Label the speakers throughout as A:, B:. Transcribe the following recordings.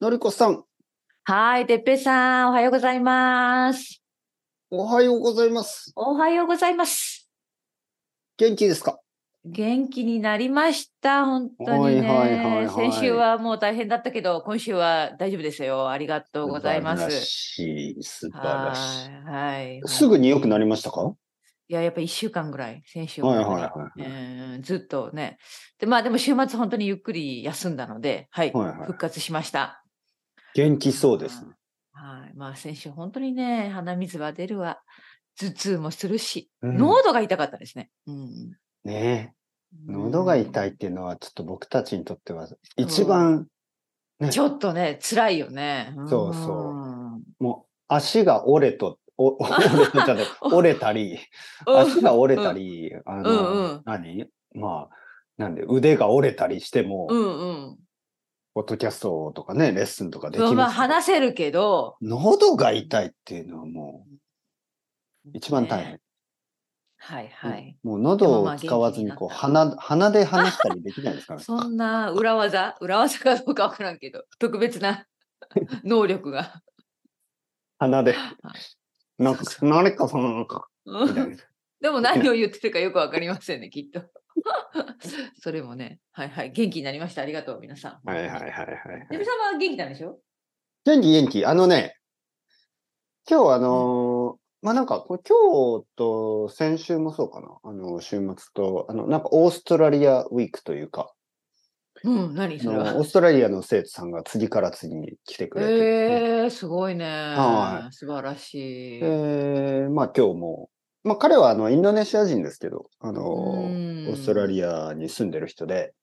A: のりこさん、
B: はい、てっぺいさん、おはようございます。
A: おはようございます。
B: おはようございます。
A: 元気ですか
B: 元気になりました、本当にね。
A: はいはいはいはい
B: 先週はもう大変だったけど、今週は大丈夫ですよ。ありがとうございま
A: 素晴ら
B: す。
A: しい、素晴らし
B: はい、はい。
A: い。すぐに良くなりましたかはい
B: や、やっぱ一週間ぐらい、先週
A: い
B: は
A: はい
B: ね、
A: はいはい。
B: うんずっとね。で、まあでも週末本当にゆっくり休んだので、はい、
A: はいはい
B: 復活しました。
A: 元気そうですね。
B: はい。まあ先週本当にね、鼻水は出るわ。頭痛もするし、
A: うん
B: 喉が痛かったですね。うん。
A: ねえ喉が痛
B: い。
A: いっていうのは、ちょっと僕たちにとっては、一番、ね
B: ちょっとね、辛いよね。
A: そうそう
B: うん。
A: もう、足が折れと、お折れとじゃ ない折れたり、足が折れたり、あ
B: うんう
A: の
B: ん、
A: 何まあ、なんで、腕が折れたりしても
B: う、んうん。
A: ポッドキャストとかね、レッスンとかでき
B: まあまあ
A: ますけど。
B: 話せるけど。
A: 喉が痛いっていうのはもう一番大変
B: ね。はいはい。
A: もう喉
B: でもま
A: を
B: あ
A: 使わずにこう
B: 元気
A: 鼻鼻で話したりできないですからね。
B: そんな裏技、裏技かどうかわからんけど、特別 な能力が。
A: 鼻で。なんか、何かそのなんか、
B: う
A: み たい
B: ん
A: な。
B: でも何を言ってるかよくわかりませんね、きっと。 それもね、はいはい、元気になりました。ありがとう、皆さん。
A: はいはいはいはい
B: デ
A: は
B: ビ
A: い。
B: さんは元気なんでしょ
A: 元気元気。あのね、今日あのーまあ、なんか、これ今日と先週もそうかな。あの、週末と、あの、なんかオーストラリアウィークというか、
B: うん、何
A: あの
B: それは
A: オー。ストラリアの生徒さんが次から次に来てくれてて、
B: えー、すごいね。
A: は
B: 素晴らしい。
A: えーまあ今日も、まあ彼はあのインドネシア人ですけど、あのーオーストラリアに住んでる人で、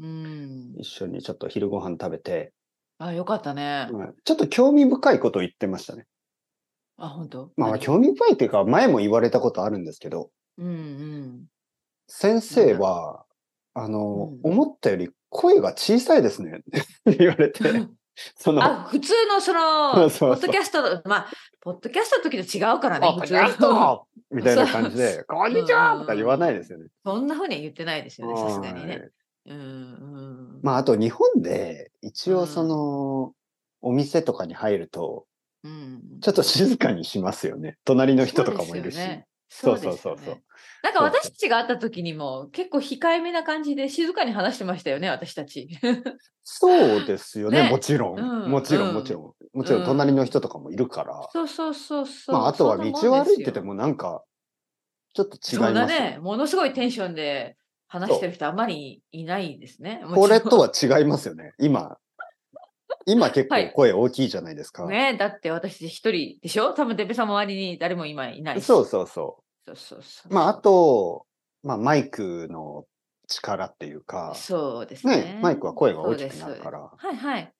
B: ア。うん。
A: 一緒にちょっと昼ご飯食べて、
B: あ、よかったね。
A: はいちょっと興味深いことを言ってましたね。
B: あ、本当。
A: まあ
B: 何
A: 興味深いっていうか、前も言われたことあるんですけど、
B: うんうん。
A: 先生は、あのー、
B: うん
A: 思ったより声が小さいですねって言われ て、その、
B: あ、普通のその、
A: そうそうそう
B: ポッドキャストの、まあ、ポッドキャストの時と違うからね、
A: あ
B: 普通
A: やっ
B: の。
A: とみたいな感じで、こんにちはとか言わないですよね。
B: そんな風には言ってないですよね、さすがに
A: はい
B: ね。うんうん。
A: まあ、あと日本で一
B: う
A: 応
B: ん
A: その、お店とかに入ると、
B: うん、
A: ちょっと静かにしますよね。隣の人とかもいるし。
B: そうです
A: そうそ
B: よね。
A: うそう
B: で
A: そ
B: す
A: う
B: よねなんか
A: そうそう
B: 私たちが会った時にも結構控えめな感じで静かに話してましたよね、私たち。
A: そうですよね
B: ね
A: もちろん,、
B: うん
A: もちろ、
B: うんん
A: もちろん。もちろ、
B: うんん
A: 隣の人とかもいるから。
B: そうそうそうそう。
A: まあ、あとは
B: そんなもん
A: 道を
B: で
A: 歩
B: す
A: い
B: よ
A: ててもなんか、ちょっと違い
B: そうだ
A: ますよね。
B: ね。ものすごいテンションで話してる人あまりいないですね。も
A: こ
B: ちろ
A: れ
B: ん
A: とは違いますよね。今。今結構声大きいじゃないですか。
B: ねだって私一人でしょ多分デペさんも周りに誰も今いないし
A: そうそうそ
B: そうそうそう
A: う。まあ、あと、まあ、マイクの力っていうか、
B: そうですね
A: ね、マイクは声が
B: そ
A: 大
B: う
A: き
B: で
A: く
B: す
A: なるから。
B: はいはい
A: だ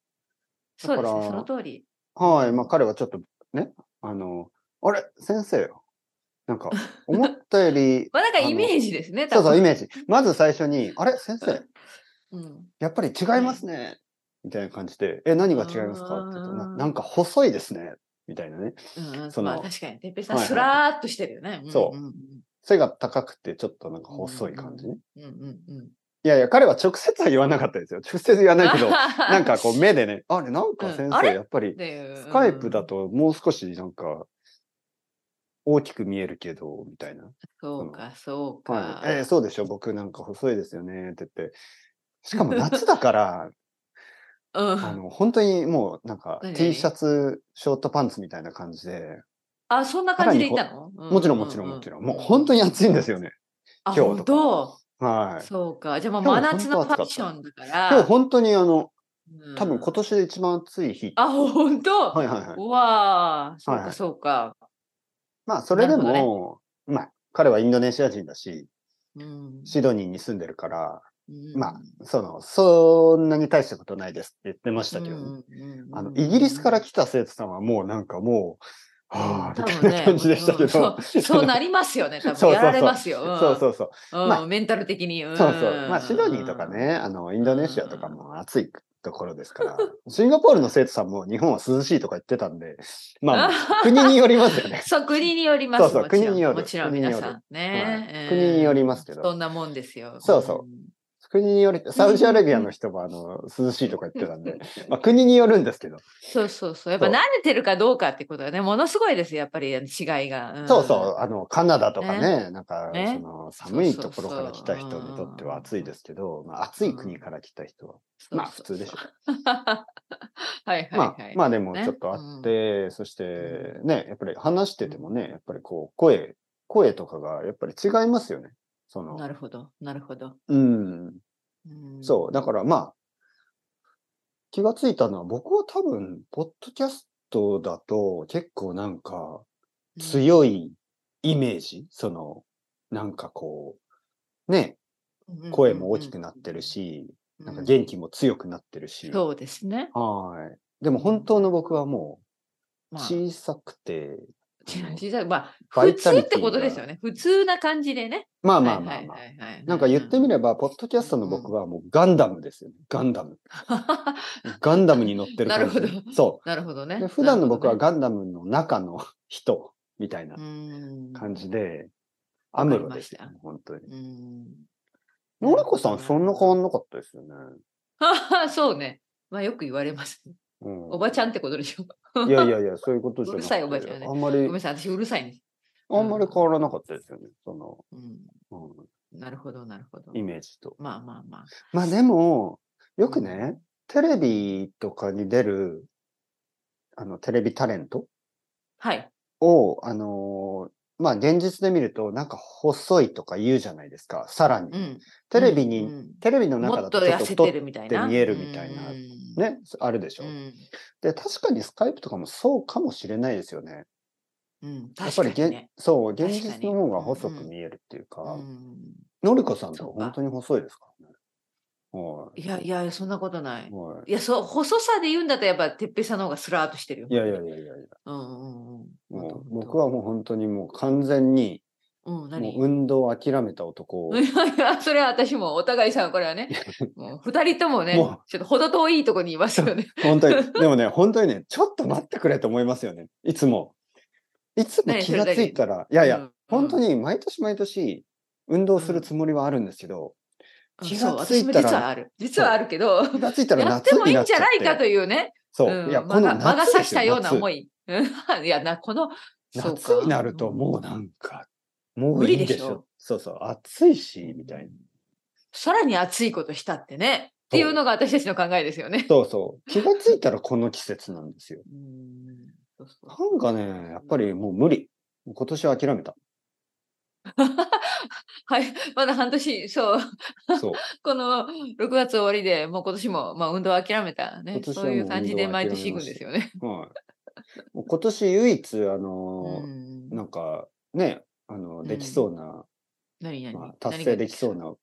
B: そ
A: か
B: う
A: ら
B: ですねその通り
A: はい、まあ彼はちょっとね、あの、あれ、先生よ。なんか、思ったより
B: 、まあなんか
A: あの
B: イメージですね
A: そうそう、イ
B: 多
A: メージ。まず最初に、あれ、先生、
B: 分うん
A: やっぱり違いますね。みたいな感じで、え、何が違いますかって言うと
B: あー
A: な、なんか細いですね。みたいなね。
B: うんうん
A: その
B: まあ確かにデペさん
A: はいはい
B: スラーっとしてるよね
A: そうん
B: ん
A: 背が高くて、ちょっとなんか細い感じね。
B: うんうんうん
A: いやいや、彼は直接は言わなかったですよ。直接言わない けど、なんかこう目でね、あれ、なんか先
B: うんあ
A: 生、
B: れ
A: やっぱ り、
B: で
A: スカイプだ
B: うん
A: ともう少しなんか、大きく見えるけど、みたいな。
B: そうかそう
A: は
B: か
A: い、えーそうでしょ僕なんか細いですよねって言ってしかも夏だから
B: うん
A: あの本当にもうなんか
B: 何
A: T シャツショートパンツみたいな感じで
B: あそんな感じでいたの
A: も
B: も
A: ちろんもちろんもちろんもう本当に暑いんですよね
B: 今
A: 今日とか
B: と
A: はい
B: そうかじゃあもう
A: 今
B: 真
A: 日
B: 夏の
A: 本当暑
B: フ
A: か
B: ァ
A: っ
B: ッ
A: た
B: ションだか
A: 今日
B: ら
A: 本当にあの
B: うん
A: 多分今年で一番暑い日
B: あ、本当。
A: はいはいはいう
B: わあ、そう
A: はいは
B: か
A: い
B: そうか。
A: まあそれで
B: なる
A: も、まあ彼はインドネシア人だし
B: うん
A: シドニーに住んでるから
B: うん
A: まあそのそんなに大したことないですって言ってましたけどね、あの、イギリスから来た生徒さんはもうなんかもう、はあ、み
B: 多
A: た
B: 分
A: いな
B: ね
A: 感じでしたけ
B: うんそ
A: ど。
B: うそうなりますよね、
A: そ
B: 多
A: うそうそ
B: 分
A: う
B: やられますよ。ん
A: そうそうそう。
B: うん
A: まあ
B: メンタル的に。
A: そ
B: そう
A: そう。まあ、シドニーとかね、。あの、インドネシアとかも暑いところですから、 シンガポールの生徒さんも日本は涼しいとか言ってたんで、まあ、国によりますよね。
B: そう、国によります。
A: そうそう
B: もちろん
A: 国による
B: もちろん
A: 国によ
B: 皆
A: る
B: さんね。
A: は
B: う
A: い
B: ん
A: 国によりますけど
B: そんなもんですよ。。
A: そうそうんし国による、サウジアラビアの人もあの、涼しいとか言ってたんで、まあ国によるんですけど。
B: そうそうそう。やっぱ
A: そ
B: 慣
A: う
B: れてるかどうかってことがね、ものすごいですよ、やっぱりあの違いが。ん
A: そうそう、あの、カナダとかね、なんか、
B: ね
A: その、寒いところから来た人にとっては暑いですけど、まあ、暑い国から来た人は、
B: そうそうそう。
A: まあ、普通でしょ。
B: はいはい
A: ま
B: は
A: あ
B: い。、
A: ま
B: あ、
A: あでも
B: ね
A: ちょっとあって、そしてね、やっぱり話しててもね、やっぱりこう、声、声とかがやっぱり違いますよね。そ
B: な
A: の、
B: るほど、なるほど。
A: うん、
B: うん
A: そう、だからまあ、気がついたのは、僕は多分、ポッドキャストだと、結構なんか、
B: うん
A: 強いイメージ、その、なんかこう、ね、声も大きくなってる、し、
B: う
A: なんか
B: う
A: 元気も強くなってるし、
B: そうですね。
A: はい。でも本当の僕はもう、
B: まあ、
A: 小さくて、あの
B: 小さい、まあ、
A: バ
B: 普
A: イタ
B: 通
A: リ
B: っ
A: ティが
B: てことですよね。普通な感じでね。
A: まあ
B: はい
A: ま
B: は
A: あ
B: い
A: まあ
B: はい
A: まあ。
B: はい
A: なんか言ってみ
B: れ
A: れば、ポッドキャストの僕はもうガンダムですよね。ガンダム。
B: ば。
A: ガンダムに乗ってる感じ。
B: なるほど
A: そう。
B: なるほどね
A: で。普段の僕は
B: な
A: ガンダムの中の人みたいな
B: るほどね、うん
A: 感じで、アムロですよ
B: わかりま、
A: 本当に。
B: うん。
A: のりこさん、そんな変わんなかったですよね。
B: そうね。まあよく言われます。
A: うん
B: おばちゃんっ
A: って
B: こと でしょ。
A: いやいやいや、そういうことじゃなくて。
B: うるさいおばちゃんね
A: あんま
B: ご
A: り
B: めん、なさい、私うるさいんです。
A: あんまり変わらなかったですよね。その、
B: うん、
A: う
B: なるほど、なるほど
A: ん、イ。メージと。
B: まあまあまあ。
A: まあでも、よくね、テレビとかに出る、あの、テレビタレント
B: はい。
A: を、あのーまあ現実で見ると、なんか細いとか言うじゃないですか。さらに。
B: うん、
A: テレビ
B: う
A: に、
B: ん
A: テレビの
B: も
A: 中だ
B: っ
A: と
B: と
A: ちょっ
B: 痩
A: と
B: せ
A: 太ってて
B: るみたいな。
A: 見えるみたいな
B: うん、
A: ね、あるでしょ。
B: うん。
A: で、確かにスカイプとかもそうかもしれないですよね。
B: うん、
A: やっぱり
B: 確かにね。
A: 現そう、現
B: 確かに
A: 実の方が細く見えるっていうか、
B: うん
A: のりこさんと
B: そ
A: か
B: うか
A: 本当に細いですからね。はい。
B: やいや、そんなことないい。
A: はい
B: いや、そう、細さで言うんだったら、やっぱ、てっぺいさんの方がスラーっとしてるよ。
A: いやいやいやいやいや、
B: うんうんうん。
A: もう僕はもう本当にもう完全に、
B: うん、
A: も
B: 何
A: う運動を諦めた男 を
B: いやいや、それは私もお互いさん、これ はね、もう二人ともね、
A: も
B: ちょっと程遠いとこにいますよね。
A: 本当に。でもね、本当にね、ちょっと待ってくれと思いますよね。いつも。いつも
B: 何
A: 気
B: それ
A: がついたら、いやいや、
B: うん、
A: 本当に毎年毎年運動するつもりはあるんですけど、
B: うん、
A: 気
B: そう
A: がつ
B: 私
A: い
B: も
A: たら
B: 実はある。実はあるけど、
A: 気がついたら
B: やっ
A: 夏
B: てもい
A: に
B: い
A: なっ
B: ん
A: ち
B: じ
A: ゃ
B: ゃ
A: って。
B: ないかというね、
A: そう、
B: うん
A: いや、
B: 間
A: この
B: が間が
A: 夏
B: 差
A: で
B: し
A: すよ
B: たような思
A: い。
B: い。うんい やな、この、そう
A: 夏
B: か
A: になるともうなんか、も
B: 無
A: うい
B: 理
A: いで
B: でしょ
A: しょ。そうそう、暑いし、みたいな。
B: さらに暑いことしたってね、っていうのが私たちの考えですよね。
A: そうそう。気がついたらこの季節なんですよ。
B: うんそうそう
A: なんかね、やっぱりもう無理。今年は諦めた。
B: はい、まだ半年、そう、
A: そう。
B: この6月終わりでもう今年も、まあ、運動を諦めたね
A: 今、年は
B: そういう
A: もう
B: 感じ
A: 運
B: で
A: 動を諦
B: 毎
A: めま
B: 年行くんですよね。
A: はい。もう今年唯一、あ
B: う
A: の
B: ん
A: ーなんかね、あの、できそうな、
B: 何々
A: まあ、
B: 何
A: 達
B: が
A: 成できそうな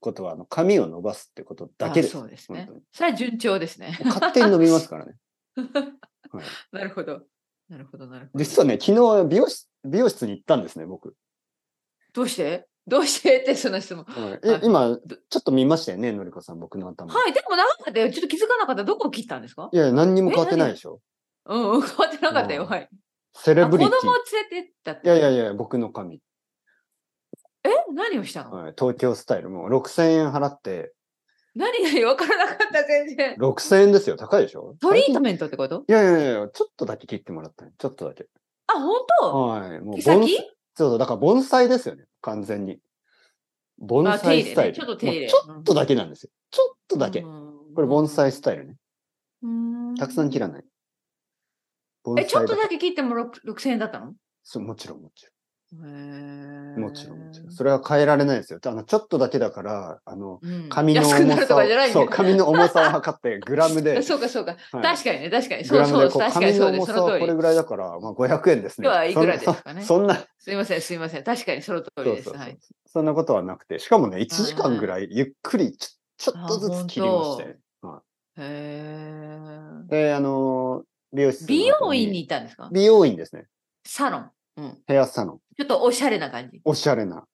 A: ことは、あの、髪を伸ばすってことだけです。
B: あそうですね
A: 本当に。
B: それは順調ですね。
A: もう勝手に伸びますからね。はい、
B: なるほど。なるほど、なるほど。
A: 実はね、昨日美容室、美容室に行ったんですね、僕。
B: どうしてどうしてってその質問。
A: はい
B: はい
A: え今、ちょっと見ましたよね、のりこさん、僕の頭。
B: はい、でもなんかで、ちょっと気づかなかった。どこを切ったんですか
A: いや、何にも変わってないでしょ。
B: うん、うん変わってなかったよ。
A: うん
B: はい。
A: セレ
B: あ子
A: ブリ
B: 供
A: テ
B: を連れてったって。
A: ィ。いやいやいや、僕の髪。
B: え何をしたの
A: はい、東京スタイル。もう6000円払って、
B: 何何分からなかった、全然。
A: 6000円ですよ。高いでしょ
B: トリート
A: メン
B: メントってこと
A: トいやいやいや、ちょっとだけ切ってもらったねちょっとだけ。
B: あ、本当
A: はい。もう
B: 手
A: 盆
B: 先
A: 栽そうそう、だから盆栽ですよね、完全に。盆
B: あ手入
A: 栽
B: れね
A: スタイル。
B: ちょっと手入
A: も
B: れ
A: うちょっとだけなんですよ。ちょっとだけ。これ盆栽スタイルね。
B: ル。
A: たくさん切
B: ら
A: らない。盆
B: え、ちょっと
A: け
B: だけ切っても6 6000円だったの
A: そうもちろん、もちろん。
B: も
A: もちろん、もちろん。それは変えられないですよ。あの、ちょっとだけだから、あの、
B: うん
A: 紙の
B: 安く
A: 重
B: なると
A: さ
B: かじゃない
A: を、
B: ん
A: そ
B: だ
A: う、紙の重さを測って、グラム で、
B: そうかそうか、
A: はい
B: 確かにね確かに
A: グ
B: そう
A: ラム
B: そ
A: で
B: う
A: こう、
B: 確かに
A: 紙
B: そ
A: の
B: うで
A: 重
B: すそ
A: さ
B: の
A: は
B: 通
A: これ
B: り
A: ぐらいだから、まあ、500円ですね。
B: 今日はいくらですかね
A: そんな、そ
B: すいませんすいません確かにその通
A: そん
B: り
A: な
B: です
A: そうそうそう
B: はい
A: そんなことはなくて、しかもね、1時
B: はいは
A: 間
B: い
A: ぐらい、ゆっくりちょ、ちょっとずつ切りまして、
B: へー
A: で、あのー美容室の後
B: 美容院に行ったんですか
A: 美容院ですね。
B: サロン、うん、
A: ヘアサロン。
B: ちょっとおしゃれな感じ
A: おしゃれな。
B: あ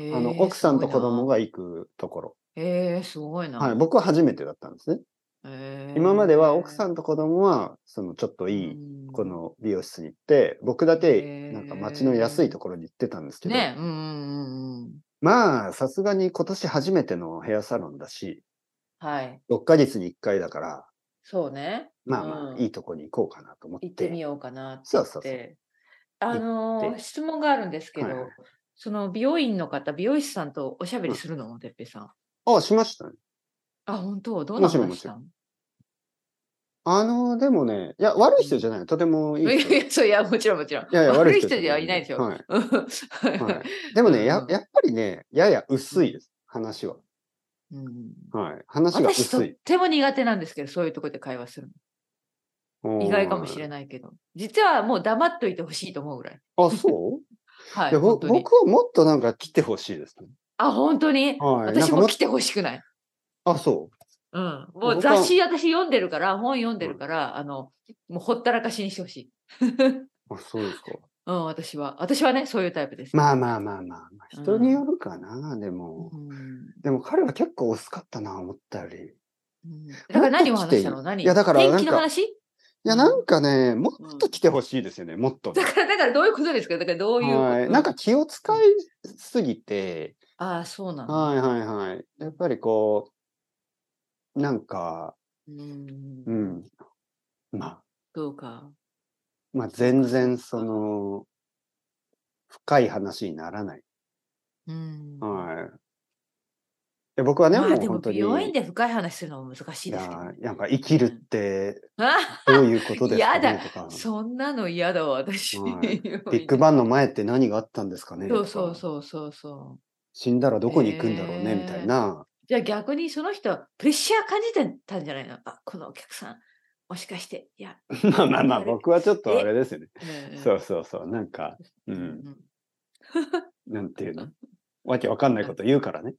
A: あの、奥さんと子供が行くとこ
B: へえすごいな、
A: ろ。はい。僕は初めてだったんですね。今までは奥さ
B: ん
A: んと子供は、そのちょっといい、
B: い
A: この美容室に行って、僕だけ、
B: へー
A: なんか街の安いところに行ってたんですけど、
B: ねうんうんうん
A: まあ、さすがに今年初めてのヘアサロンだし、
B: はい。
A: 6ヶ月に1回だから、
B: そうね。
A: まあまあ、
B: うん
A: いいとこに行こうかなと思って。
B: 行ってみようかなって
A: そうそうそう
B: であの
A: 行っ
B: ー質問があるんですけど、
A: はいはい
B: その美容院の方、美容師さんとおしゃべりするの、てっぺいさん。
A: あ、しましたね。
B: あ、本当どんな
A: もちろん
B: 話したの
A: あの、でもね、いや、悪い人じゃない。とてもい
B: い
A: い
B: や
A: 人。い
B: いや、そういや、もちろんもちろん。
A: やいや、
B: 悪
A: 悪い
B: い人
A: 人
B: ではいないですよ。
A: はい。
B: うん
A: はい、でもね、
B: う
A: や
B: ん、
A: やっぱりね、やや薄いです、話は。
B: うん
A: はい。話が
B: 私、と
A: 薄
B: っ
A: い。
B: ても苦手なんですけど、そういうところで会話するの。意外かもしれ
A: い。
B: ないけど。実はもう黙っといてほしいと思うぐらい。
A: あ、そう
B: はいい。
A: やぼ
B: 本当に。
A: 僕はもっとなんか来てほしいですね。
B: あ、本当に、
A: はいなん
B: 私
A: か
B: も
A: もっ
B: 来てほしくない。
A: あ、そう。
B: うん。もう
A: 僕は
B: 雑誌私読んでるから、本読んでるから、あの、もうほったらかしにしてほしい。
A: あ、そうですか。
B: うん、私は。私はね、そういうタイプです。
A: まあまあまあまあ、まあ、人によるかな、でも
B: う。ん
A: でも彼は結構薄かったな、思ったより。
B: うんだから何を
A: もっと来ていい
B: 話したの何
A: いやだから
B: 天
A: なん
B: 気
A: か
B: の話
A: いや、なんかね、もっと来てほしいですよね、もっ とね、
B: だから、だからどういうことですかだからどういう。
A: はい。なんか、気を使いすぎて、
B: ああ、そうなの。
A: はいはいはい。やっぱりこう、なんか、
B: うん
A: うん。まあ、
B: どうか。
A: まあ、全然その、深い話にならない。
B: うん。
A: はい。で僕はね、
B: ま
A: も
B: あ
A: う
B: でも
A: 本当に。
B: 美容院で深い話するのも難し
A: い
B: いです
A: や
B: けどね、
A: ー、なんか生きるって
B: あ
A: どういうことです か
B: やだ
A: ねとか、
B: そんなの嫌だわ、私。
A: はい
B: 美容院で
A: ビッグバンの前って何があったんですかね
B: そうそう
A: う。
B: そうそうそう。
A: 死んだらどこに行くんだろう
B: へ
A: ね
B: ー
A: みたいな。
B: じゃあ逆にその人はプレッシャー感じてたんじゃないのあ、このお客さん、もしかして、いや、
A: まあまあ まあ、僕はちょっとあれですよね。
B: うん
A: そうそうそう。なんか、う
B: うん
A: ん、
B: うん
A: なんていうのわけわかんないこと言うからね。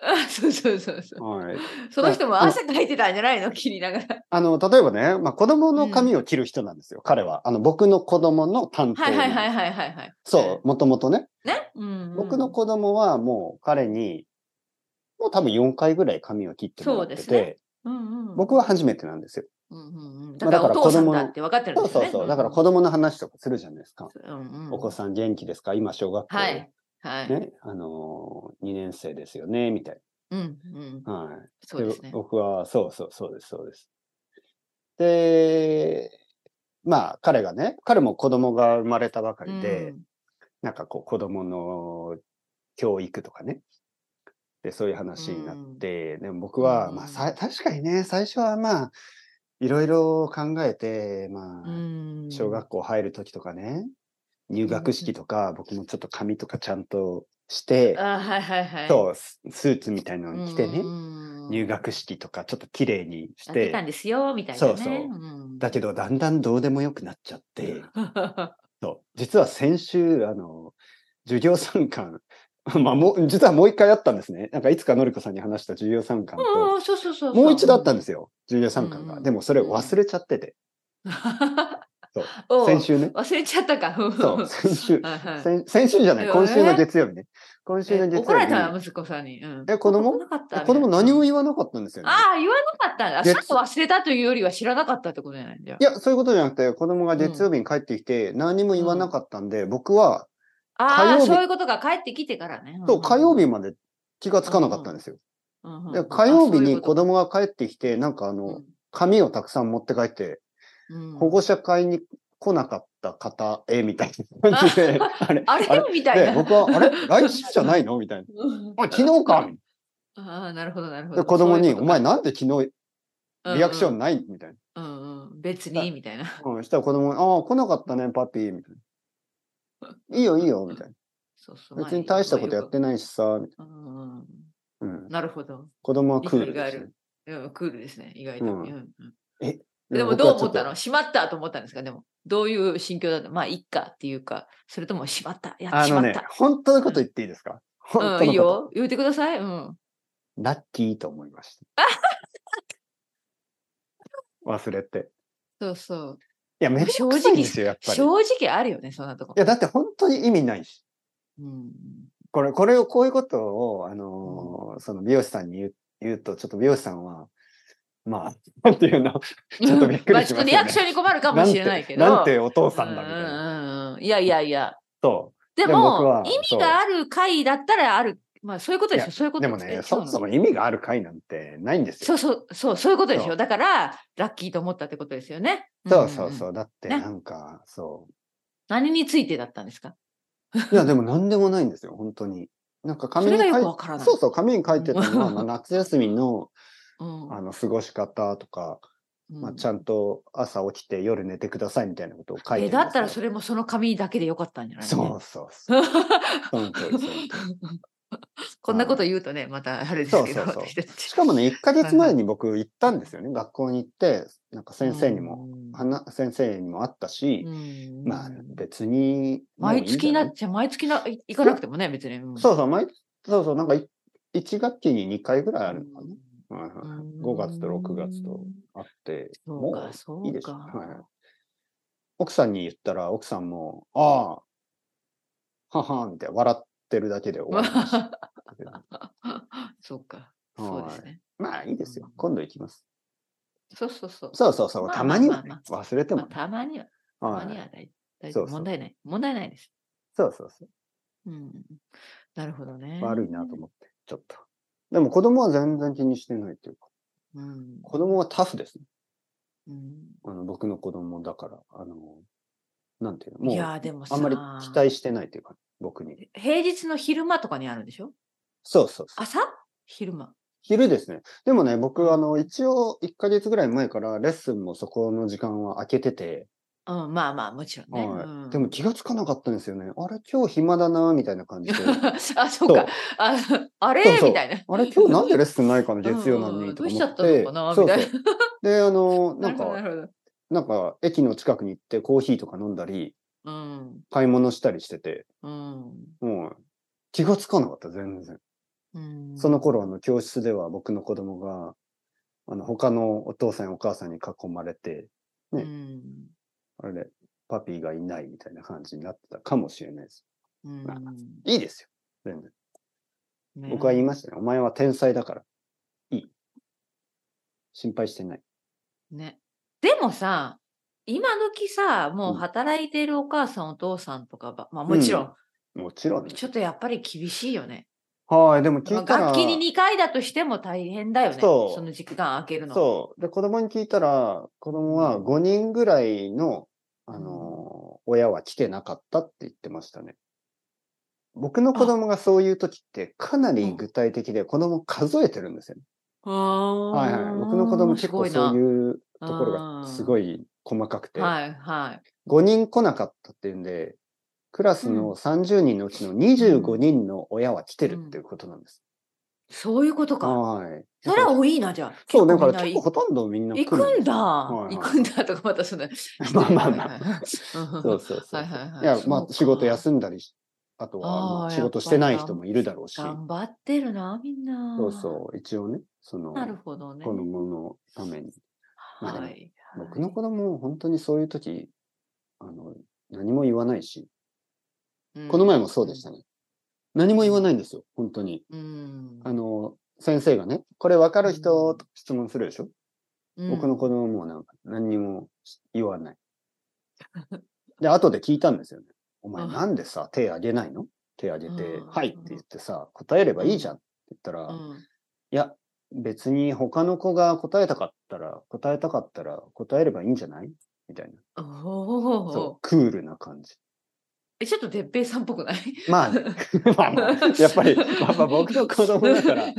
B: あ そうそうそうそう。
A: はい。
B: その人も汗かいてたんじゃないの切りながら。
A: あの、例えばね、まあ子供の髪を切る人なんですよ、彼は。あの、僕の子供の担当。
B: はいはいはいはいはいはい。
A: そう、もともとね。
B: う。ね、うんうん
A: 僕の子供はもう彼に、もう多分4回ぐらい髪を切ってもらって
B: そうで
A: て、
B: すうんうん、
A: 僕は初めてなんですよ。
B: うんうんうん、
A: ま
B: だ
A: あだか
B: から
A: ら
B: お父さん
A: 子供の
B: だって分かってるん
A: そう
B: ですよ
A: そう
B: ね。
A: そう。だから子供の話とかするじゃないですか。
B: うんうん、
A: お子さん元気ですか今小学校。
B: はい。はい。
A: ね、あのー、2年生ですよねみたい
B: うんうん。
A: な。はい。
B: そうですね。
A: 僕は、そうそう、そうです、そうです。で、まあ、彼がね、彼も子供が生まれたばかりで、
B: うん
A: なんかこう、子供の教育とかね。で、そういう話になって、でも僕は、
B: うん
A: まあさ、確かにね、最初はまあ、いろいろ考えて、まあ、
B: うん
A: 小学校入る時とかね、入学式とか、僕もちょっと髪とかちゃんとして、
B: あはいはいはい。
A: そう、ススーツみたいなのに着てね、入
B: 入
A: 学式とかちょっと綺麗にし
B: やってたん
A: て、
B: ですよ、みたいな、ね。
A: そうそうんだけどだんだんどうでもよくなっちゃって、そう実は先週、あの、授業参観、まあもう、実はもう一回あったんですね。なんかいつかのりこさんに話した授業参観
B: う
A: と、
B: ん、そうそうそうそう。。
A: もう一度あったんです すよ、授業参観
B: うんう
A: が。
B: ん
A: でもそれを忘れちゃってて、そう
B: おう
A: 先週ね。
B: 忘れちゃったか。
A: そう、先週、
B: はいはい
A: 先先週じゃない、
B: えー
A: 今週の月曜日ね。今週の
B: え
A: 月曜日。
B: 怒られたの息子さんに。うん
A: え子供
B: なかった
A: 子供何を
B: 言
A: 言わなかったんですよね。
B: ああ、言わなかったんだ。
A: 月
B: さっと忘れたというよりは知らなかったってことじゃないんだよ
A: い。や、そういうことじゃなくて、子供が月曜日に帰ってきて、何も言わなかったんで、僕は、火
B: あ
A: 曜
B: あ、
A: 日
B: そういうことが帰ってきてからね。
A: そう、火曜
B: 日、
A: 日まで気がつかなかったんですよ。
B: うんうん
A: で火曜日
B: あそうい
A: に
B: う
A: 子
B: こと
A: 供が帰ってきて、なんかあの、
B: う
A: 紙をたくさん持って帰って、
B: んうん
A: 保護者会に来なかった方へ、みたいな感じで、あれ、
B: あれみたい
A: で
B: な。
A: 僕は、あれ来週じゃないのみたいな。
B: うん
A: あ、昨日かみ
B: ああ、なるほど、なるほ
A: たいなで
B: ど。
A: 子供
B: そうい
A: に、
B: うこ
A: お
B: と
A: 前
B: か、
A: なんで昨日リアクショ
B: ン。
A: ンないみたいな。
B: うんうん、別に、みたいな。
A: うん、したら子供に、ああ、来なかったね、パピー、みたいな。いいよ、いいよ、みたい
B: そうそう
A: な。別に大したことやっ。てないしさ、
B: まあよくうんうん
A: うん、
B: なるほど。
A: 子供はクール
B: 理解が
A: で
B: あ
A: すね
B: る。うん、クールですね、意外と。
A: う
B: うんんうんでもどう思ったのしまったと思ったんですかでも、どういう心境だったまあ、いっかっていうか、それともしまった、やっ
A: あ
B: てしま
A: の
B: っ
A: ね
B: た。、
A: 本当のこと言っていいですか本当のこ
B: う
A: と、
B: ん、いいよ、言ってください。うん。
A: ラッキーと思いま した。忘れて。
B: そうそう。
A: いや、めっちゃくさいんですよ、やっぱり。い
B: 正直あるよね、そんなとこ。
A: や、だって本当に意味ないし。
B: うん。
A: これ、これを、こういうことを、あのーその美容師さんに言う言うと、ちょっと美容師さんは、まあ、 なんていうの、ちょっとびっくりしますよね
B: あちょっとリアクションに困るかも
A: なん
B: しれ
A: て
B: ないけど。
A: なんてお父さんだみたいな。
B: うんうんうんいやいやいや。
A: そう。
B: で
A: でも僕
B: も
A: は
B: 意味がある回だったらあるまあそういうことでしょ。そういうこと
A: でも
B: す
A: ね、
B: そ
A: そうも
B: な
A: そ
B: の
A: も意味がある回なんてないんです
B: そ
A: よ。
B: うそう、そう、そういうことでし
A: そ
B: ょ。
A: う
B: だから、ラッキーと思ったってことですよね。
A: そうそうん
B: ん
A: そう。だって
B: ね
A: なんか、そ
B: 何についてだったんですか
A: う。いや、でも何でもないんですよ、本当に。なんか紙に
B: それがよく
A: 書
B: わからない
A: そうそう、紙に書いてたの は、まあ、夏休みの
B: うん
A: あの過ごし方とか、まあ、ちゃんと朝起きて夜寝てくださいみたいなことを書いてるん
B: え、
A: ですよ
B: だったらそれもその紙だけでよかったんじゃない
A: そうそうそう。
B: う。
A: その通りその通
B: こんなこと言うとね、またあれですけど。
A: そうそうそう
B: 私た
A: り
B: ち
A: しかもね、1ヶ月前に僕行ったんですよね。学校に行って、なんか先生にも、はな先生にも会ったし
B: う、ん、
A: まあ
B: うん
A: 別にもういい
B: 毎
A: んじゃ
B: 月
A: な
B: な、
A: い
B: じゃあ毎月な、い行かなくてもね、別に。うん
A: そうそう、毎そうそう、なんかい1学期に2回ぐらいあるのかな。はいはい
B: うん
A: 5月と6月とあって、
B: そう
A: も
B: か、そう
A: う
B: い
A: いいでしょ。はいはい
B: か。
A: 奥さんに言ったら、奥さんも、ああ、ははみたいな、笑ってるだけで終わりました。
B: そうか、そうですね。
A: まあいいですよ。今度行きます。
B: そうそうそう。
A: そうそうそう、
B: まあ
A: たまに
B: まあ
A: は、
B: ま
A: ね
B: あ、
A: 忘れて
B: ま
A: も
B: あ
A: ね、
B: たまには、たま
A: はい
B: には大大
A: そ
B: 丈夫。
A: うそう
B: 問題ない。問題ないです。
A: そうそうそう。
B: うん。なるほどね。
A: 悪いなと思って、ちょっと。でも子供は全然気にしてないというか、
B: うん。
A: 子供はタフですね。
B: うん
A: あの僕の子供だから、あの、なんていうの、も、
B: いうやー、でもさ、
A: あんまり期待してないというか、僕に。
B: 平日の昼間とかにあるんでしょ
A: そうそうそう。
B: 朝昼間。
A: 昼ですね。でもね、僕、あの、一応、1ヶ月ぐらい前から、レッスンもそこの時間は空けてて、
B: うん、まあまあ、もちろんね。う
A: は
B: ん
A: い。でも気がつかなかったんですよね。あれ、今日暇だな、みたいな感じで。
B: あ、そうか。あ あれ
A: そうそう
B: みたいな。
A: あ れ、今日なんでレッスンないかな、月曜なの
B: うんうん
A: に。と
B: ど
A: か思
B: うしちゃったのかなみたいな。
A: そうそうで、あ の、なん
B: るほど
A: か、
B: るほど
A: なんか、駅の近くに行ってコーヒーとか飲んだり、
B: うん。
A: 買い物したりしてて、
B: うん。
A: もう、気がつかなかった、全然。
B: うん
A: その頃、あの、教室では僕の子供が、あの、他のお父さんやお母さんに囲まれて、ね
B: うん
A: あれで、パピーがいないみたいな感じになってたかもしれないです。
B: うん
A: まあいいですよ、全然。
B: ね
A: 僕は言いましたね。お前は天才だから、いい。心配してない。
B: ね。でもさ、今時さ、もう
A: うん
B: 働いているお母さん、お父さんとかば、まあもちろん、
A: もちろんね、
B: ちょっとやっぱり厳しいよね。
A: はい、でも聞
B: まあ
A: いたら。
B: 学期に2回だとしても大変だよね。
A: そう
B: の時間空けるの。
A: そう。で、子供に聞いたら、子供は5人ぐらいの、あのー親は来てなかったって言ってましたね。僕の子供がそういう時って、かなり具体的で、子供数えてるんですよね。
B: あー
A: はいはい。僕の子供結構そう
B: う
A: いうところがすご
B: い
A: い細かくて、
B: な。はいはい。
A: 5人来なかったっていうんで、クラスの30人のうちの25人の親は来てるっていうことなんです。
B: そういうことか。
A: はい。
B: それは多いな、じゃあ。
A: そう、だ
B: 結構
A: から
B: み
A: 結
B: ん
A: 構
B: な
A: ほとんどみんな来
B: 行
A: る
B: くんだ、
A: はい
B: 行くんだとかまたその
A: まあまあまあ
B: はい はいはいうん
A: そうそうそう。
B: はいはいはい
A: いや、
B: そ
A: ま
B: う
A: あ
B: か
A: 仕事休んだりし、あと
B: あ
A: はま
B: ー
A: あ仕事してない人もいるだろうし、
B: 頑張ってるなみんな
A: そうそう、一応ね、その、
B: なるほどね
A: 子供のために。まあでも
B: はい
A: 僕の子供、本当にそういう時、あの、何も言わないし、この前もそうでしたね。何も言わないんですよ、本当に。
B: うん、
A: あの、先生がね、これ分かる人と質問するでしょ、
B: うん
A: 僕の子供もなんか何にも言わ ない。で、後で聞いたんですよね。お前
B: うん
A: なんでさ、手あげないの手あげて
B: う、ん
A: はいって言ってさ、答えればいいじゃんって言ったら、
B: う
A: い
B: ん
A: や、別に他の子が答えたかったら、答えたかったら答えればいいんじゃないみたいな。
B: お
A: そう
B: お、
A: クールな感じ。
B: えちょっと哲平さんっぽくない
A: まあね、 まあまあやっぱり、やっぱ僕の子供だから、い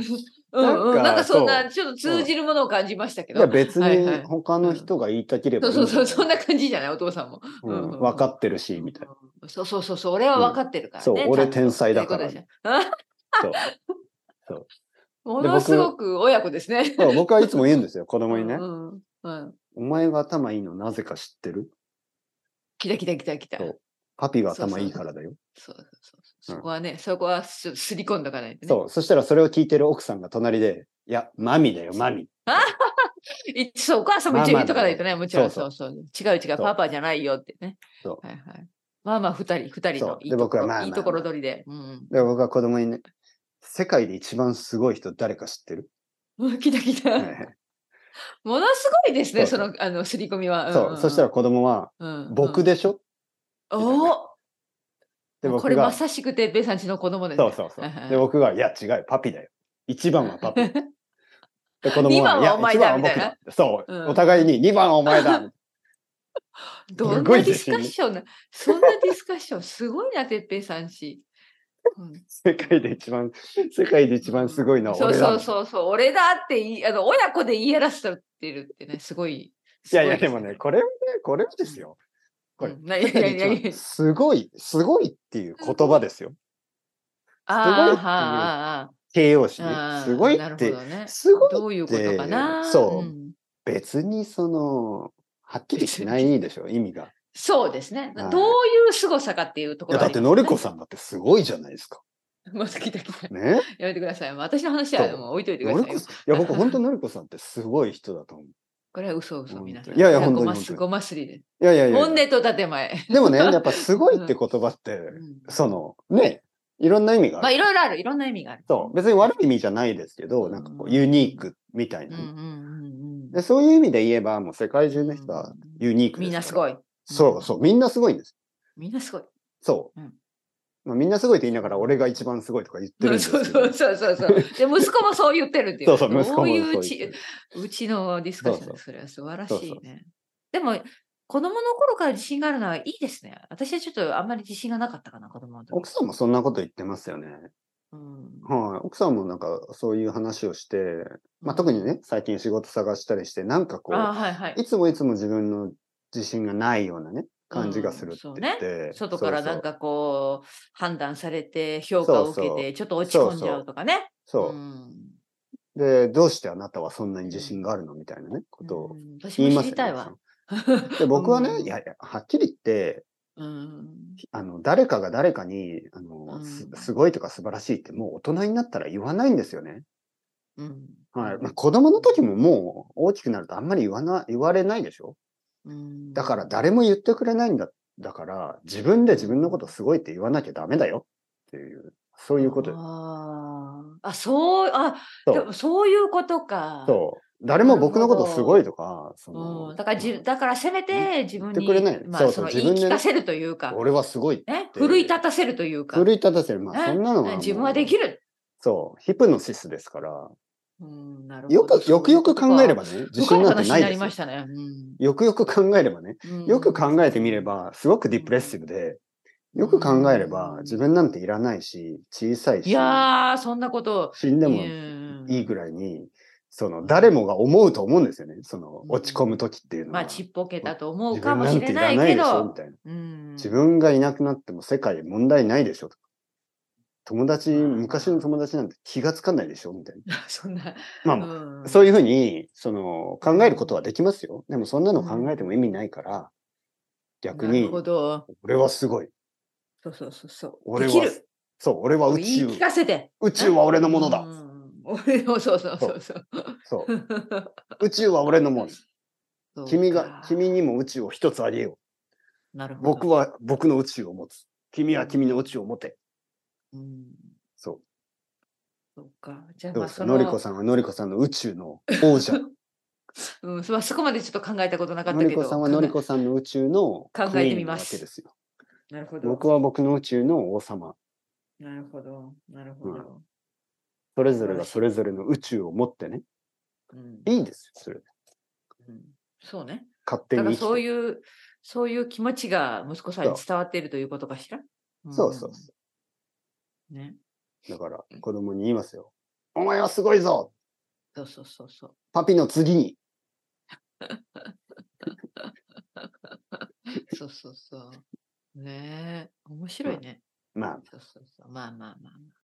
B: うん
A: なん
B: うん、
A: か
B: なんかそん
A: そ
B: なちょっと通じるものを感じましたけど、
A: や別
B: はいは
A: に
B: い
A: 他の人が言いたければ
B: そ
A: いういんじゃない
B: そうそうそんな感じじゃないお父さんも、
A: う
B: うんうん
A: ん
B: うん
A: 分かってるし、みたいな。
B: うんそうそうそうそう俺は分かってるからね、
A: そう、
B: ちゃ
A: 俺
B: んと
A: 天才だから
B: そういうことでしょ
A: そう
B: も
A: で
B: の
A: 僕
B: すごく親子ですね
A: そう僕はいつも言うんですよ、子供にね
B: う。んうん、
A: お前が頭いいのなぜか知ってる
B: 来た来た来た来た。
A: そ
B: そうう
A: パピが頭いいからだよ。
B: そう
A: う
B: そう。
A: ん
B: そこはね、そこはすすり込んどかないとね。
A: そう。そしたらそれを聞いてる奥さんが隣で、いや、マミだよ、マミ。
B: いそう、お母さんも一応
A: マ
B: 言
A: マ
B: っとかないとね、もちろん
A: そ
B: そううそう。違う違う、パパじゃないよってね。
A: そう
B: はいはい。まあまあ、二人、二人
A: そう
B: のいい
A: で
B: と
A: 僕
B: こ
A: は
B: ろ、
A: まあまあ
B: いいところ取りで。うん
A: で、僕は子供にね、世界で一番すごい人誰か知ってる、
B: うん。来た来た。
A: はいはい
B: ものすごいですね、
A: そ
B: そう
A: そう
B: の、あの、すり込みは。
A: そう。そしたら
B: ら、
A: 子供は、
B: うんうん
A: 僕、でしょ
B: おお
A: で、
B: こ
A: 僕
B: れま
A: が、
B: さしくてっぺいさんちの子供です、
A: そう
B: ね。
A: そうそ
B: はいは
A: う。
B: い
A: で、僕が、いや、違うよ、パピだよ。1番はパ ピ。で、子
B: 二番は
A: や
B: お前
A: 一
B: だ
A: 番は僕
B: みたい
A: そう、
B: うん
A: お互いに2番はお前だ。
B: ど
A: す
B: ん
A: ご
B: ないディ
A: 自
B: ス
A: 信
B: カッションな、そんなディスカッション、すごいな、てっぺいさんち。うん
A: 世界で一番、世界で一番すごいのは
B: そう
A: 俺だ。
B: そうそうそう、俺だって言い、あの親子で言いやらせたってるってね、すごい。
A: いやいや、
B: す
A: で
B: ご
A: もね、これはね、これはですよ。これ
B: うんな
A: 世
B: いや
A: 界
B: いやい
A: で一番
B: や
A: すごい、すごいっていう言葉ですよ。
B: あ
A: すごいっていう
B: ーはあ
A: 形容詞
B: ー、あ
A: ね。
B: ー
A: すごい
B: なる
A: っ
B: ほ
A: て
B: ど、ね
A: すごいって
B: どういうことかな。
A: そうん別にその、はっきりしないでしょ、意味 が。
B: そうですね
A: はい。
B: どういう凄さかっていうと
A: い
B: こ
A: や、
B: ろ
A: だって、のりこ
B: ん。
A: さんだってすごいじゃないですか。
B: もう来た来た。
A: ね。
B: やめてください。私の話は
A: そう
B: もう置いといてく
A: の
B: だ
A: り
B: さい
A: こさ
B: よ。
A: ん、いや、僕、本当のりこさんってすごい人だと思う。
B: これは嘘嘘
A: 本当
B: 皆さん。
A: いやいや本当
B: ご
A: に
B: ま
A: 本当
B: す
A: に
B: ごますりで。
A: いやいやいや
B: 本
A: いや。
B: 音と建前。
A: で もね、やっぱすごいって言葉って、
B: うん
A: その、ね、いろんな意味がある
B: まあいろいろある。いろんな意味がある。
A: そう、別に悪い意味じゃないですけど、
B: うん
A: なんかこう、ユニークみたい
B: うん
A: な
B: う
A: ね、
B: んうん
A: で。そういう意味で言えば、もう世界中
B: う
A: の
B: ん。
A: 人はユニークですから
B: みんなすごい。
A: そうそう、みんなすごいんです。
B: みんなすごい。
A: そう。
B: うん
A: まあ、みんなすごいって言いながら、俺が一番すごいとか言ってるんですけ
B: そ
A: ど。
B: うそうそうそうそう。で、息子もそう言ってるっていう。
A: そうそう息子も
B: どうい
A: そうう
B: う
A: 言
B: ち
A: って
B: うちのディスカッション
A: そう
B: ですそれは素晴らし
A: そう
B: い
A: そう
B: ね。でも、子供の頃から自信があるのはいいですね。私はちょっとあんまり自信がなかったかな、子供の時。
A: 奥さんもそんなこと言ってますよね。
B: うん
A: はい。奥さんもなんかそういう話をして、まあ、特に。ね、最近仕事探したりして、なんかこ
B: あ
A: う、
B: はいはい。
A: いつもいつも自分の自信がないようなね、感じがするって
B: うんそう
A: 言っ
B: ね
A: て。
B: 外からなん
A: そう
B: かこう判断されて評価を受け
A: そうそ
B: てちょっと落ち込んじゃうとかね。
A: そう。そう
B: うん
A: で、どうしてあなたはそんなに自信があるのみたいなね、ことを
B: うん私
A: 言いま
B: も知
A: す
B: り
A: よ
B: た
A: ね
B: いわ。
A: で僕はね、
B: うん
A: いやいや、はっきり言って、
B: うん
A: あの、誰かが誰かに、あの、す
B: うん
A: すごいとか素晴らしいって、もう大人になったら言わないんですよね。
B: うん
A: はい。まあ、子供の時ももう大きくなるとあんまり言わな、言われないでしょ
B: うん
A: だから誰も言ってくれないんだ。だから、自分で自分のことすごいって言わなきゃダメだよっていう、そういうことです。
B: あーあ、そう、あ、
A: そう
B: でもそういうことか。
A: そう。誰も僕のことすごいとか、そ
B: うん、
A: の、
B: だからじ、だからせめて自
A: 言
B: 分
A: って
B: に、
A: くれない
B: ま
A: そ
B: あ、
A: う
B: そ
A: そう
B: の
A: 自
B: 言
A: 分
B: い
A: でね
B: 聞かせるというか、
A: 俺はすごい。
B: ね、奮い立たせるというか、
A: 奮い立たせる。まあ、
B: ね
A: そんなのはもう。
B: 自分はできる。
A: そう。ヒプノシスですから。
B: うん、なるほど
A: よく、よくよく考えれば、ね、自
B: そう
A: 信
B: いう
A: な
B: こ
A: ん
B: と
A: てな
B: か
A: い
B: 深話にな
A: で
B: り
A: すよ
B: ましたね。
A: よくよく考えればね、
B: うん
A: よく考えてみれ、ば、すごくディプレッシブで、よく考えれば
B: う、ん
A: 自分なんていらないし、小さい
B: うんい
A: し、
B: やー、そんなこと、
A: 死んでも
B: うん
A: いいぐらいに、その、誰もが思うと思うんですよね。その
B: う、ん
A: 落ち込む時っていうの
B: ま
A: は。
B: あ、ちっぽけたと思う
A: 自
B: か
A: 分
B: も
A: な
B: し
A: んて
B: れ
A: い
B: な
A: ら
B: い
A: ない
B: け
A: でしょみ
B: ど、
A: たいな。
B: うん
A: 自分がいなくなっても世界問題ないでしょとか。友達、
B: うん
A: 昔の友達なんて気がつかないでしょみたいな。
B: そんな、
A: まあまあ、
B: うん
A: そういうふうに、その、考えることはできますよ。でも、そんなの考えても意味ないから、逆
B: なる
A: に、
B: ほど。
A: 俺はすごい。
B: そうそうそうそう。
A: 俺は
B: できる。
A: そう、俺は宇
B: 言い
A: 宙
B: 聞。かせて。
A: 宇宙は俺のものだ
B: う。ん。俺の、そうそうそうそう。
A: そう。宇宙は俺のも
B: そう
A: の。
B: か
A: 君が、君にも宇宙を一つあげよ
B: なる
A: う。
B: ほど
A: 僕、は僕の宇宙を持つ。君は君の宇宙を持て。
B: うん、
A: そ
B: そうか。じゃ
A: う。
B: あ、
A: どう
B: まあ、
A: ですか
B: そ
A: の
B: の、
A: りこさんはのりこさんの宇宙の王者。
B: うん、そまあ そこまでちょっと考えたことなかっ
A: の
B: た
A: り
B: けど。
A: こさんはのり
B: 考
A: こさんの宇宙の
B: 考
A: ク
B: え
A: イー
B: て
A: ン
B: み
A: な
B: ま
A: わ
B: す
A: けですよ。
B: えなるほど。
A: 僕は僕の宇宙の王様。
B: なるほど。なるほど。
A: それぞれがそれぞれの宇宙を持ってね。
B: うん。
A: いいですよ、それ。
B: うんそうね。
A: 勝手
B: だ
A: に生
B: から
A: きて
B: そういう、そういう気持ちが息子さんに
A: そう
B: 伝わっているということかしら。
A: そうそうそ
B: うん。ね。
A: だから、子供に言いますよ。お前はすごいぞ
B: そうそうそうそう。
A: パピの次に
B: そうそうそう。ねえ。面白いね。
A: まあ、
B: そうそうそう。まあまあまあまあ。